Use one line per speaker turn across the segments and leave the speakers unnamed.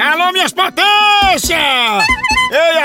Atenção, minhas potências! Ei,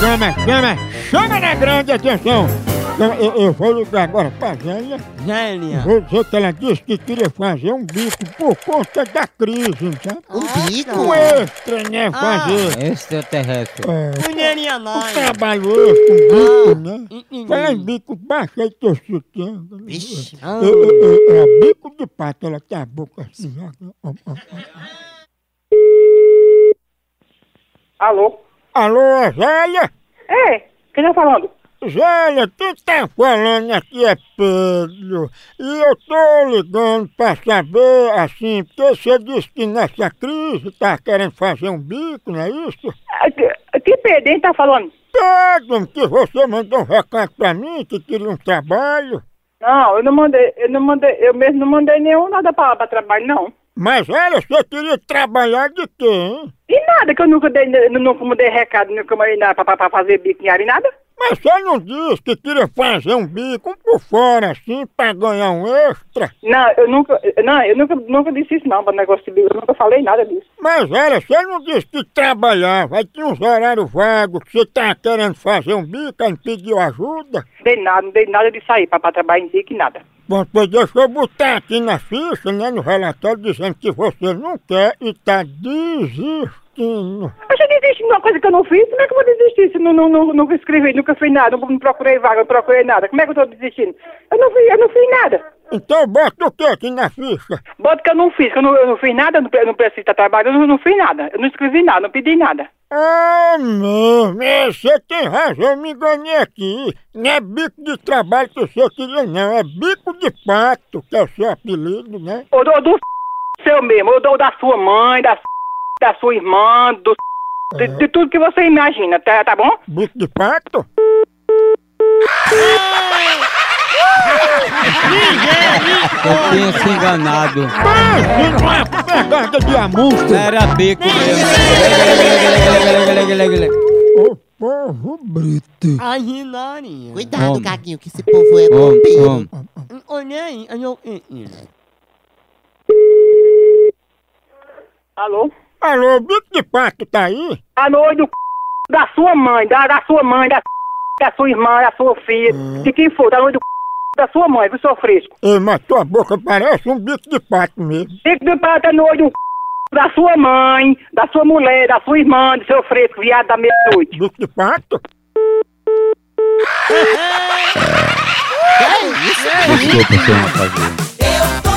Chama, chama, chama na grande atenção! Eu, eu- eu vou ligar agora pra Zélia.
Zélia.
Vou dizer que ela disse que queria fazer um bico por conta da crise, sabe?
Um bico?
Ah.
Um extra, né? Fazer.
Extraterrestre.
É,
Mulherinha
um
nós.
trabalho extra, um bico, né?
Ah. Hum, hum.
Fala em bico, baixa aí teu sutiã.
Vixe.
ah.
É, é, é, é bico de pato, ela tem a boca assim. ó, ó, ó, ó.
Alô?
Alô, Zélia?
É, quem tá falando?
Zélia, quem tá falando aqui é Pedro. E eu tô ligando pra saber, assim, porque você disse que nessa crise tá querendo fazer um bico, não é isso?
Ah, Que, que pedem tá falando?
Pedro, que você mandou um recado pra mim que queria um trabalho.
Não, eu não mandei, eu não mandei, eu mesmo não mandei nenhum nada pra, pra trabalho, não.
Mas olha, você queria trabalhar de quê, hein?
E nada, que eu nunca dei, eu nunca mudei recado, nunca mandei nada pra, pra, pra fazer bico em área, nada.
Mas você não disse que queria fazer um bico um por fora, assim, pra ganhar um extra.
Não, eu nunca, eu- não, eu nunca, nunca disse isso não, pra negócio de bico, eu nunca falei nada disso.
Mas olha, você não disse que trabalhava, aí tinha uns horários vagos, que você tá querendo fazer um bico, aí pediu ajuda.
Não dei nada, não dei nada de sair pra, pra trabalhar em bico, nada.
Bom, pois deixa eu botar aqui na ficha, né, no relatório, dizendo que você não quer e tá desistindo.
Mas eu desisti de uma coisa que eu não fiz, como é que eu vou desistir se eu não, não, não, nunca escrevi, nunca fiz nada, não, não procurei vaga, não procurei nada, como é que eu tô desistindo? Eu não fiz, eu não fiz nada.
Então bota o que aqui na ficha?
Bota que eu não fiz, que eu não, eu não fiz nada, eu não, pre- eu não preciso estar trabalhando, eu não, não fiz nada. Eu não escrevi nada, não pedi nada.
Ah, mesmo, é, você tem razão, eu me enganei aqui. Não é bico de trabalho que você queria, não, é bico de pato, que é o seu apelido, né?
Ou do, ou do seu mesmo, ou do, da sua mãe, da, da sua irmã, do de, de tudo que você imagina, tá, tá bom?
Bico de pato?
Eu tinha se enganado.
Pense numa pegada de amulto.
Era bico mesmo.
O povo brito.
Ai, Renarinha.
Cuidado,
Homem.
Gaguinho, que esse povo é
Homem,
bombinho.
homem. Olha aí, olha aí.
Alô?
Alô, bico de pato tá aí?
A noite do da sua mãe, da, da sua mãe, da, da sua irmã, da sua filha, de quem for, da noite do da sua mãe, viu, seu fresco?
Ei, mas tua boca parece um bico de pato mesmo.
Fica de pata no olho do da sua mãe, da sua mulher, da sua irmã, do seu fresco, viado da meia-noite.
Bico de pato?
Que isso?
Desculpa, senhor Rafael.
Eu tô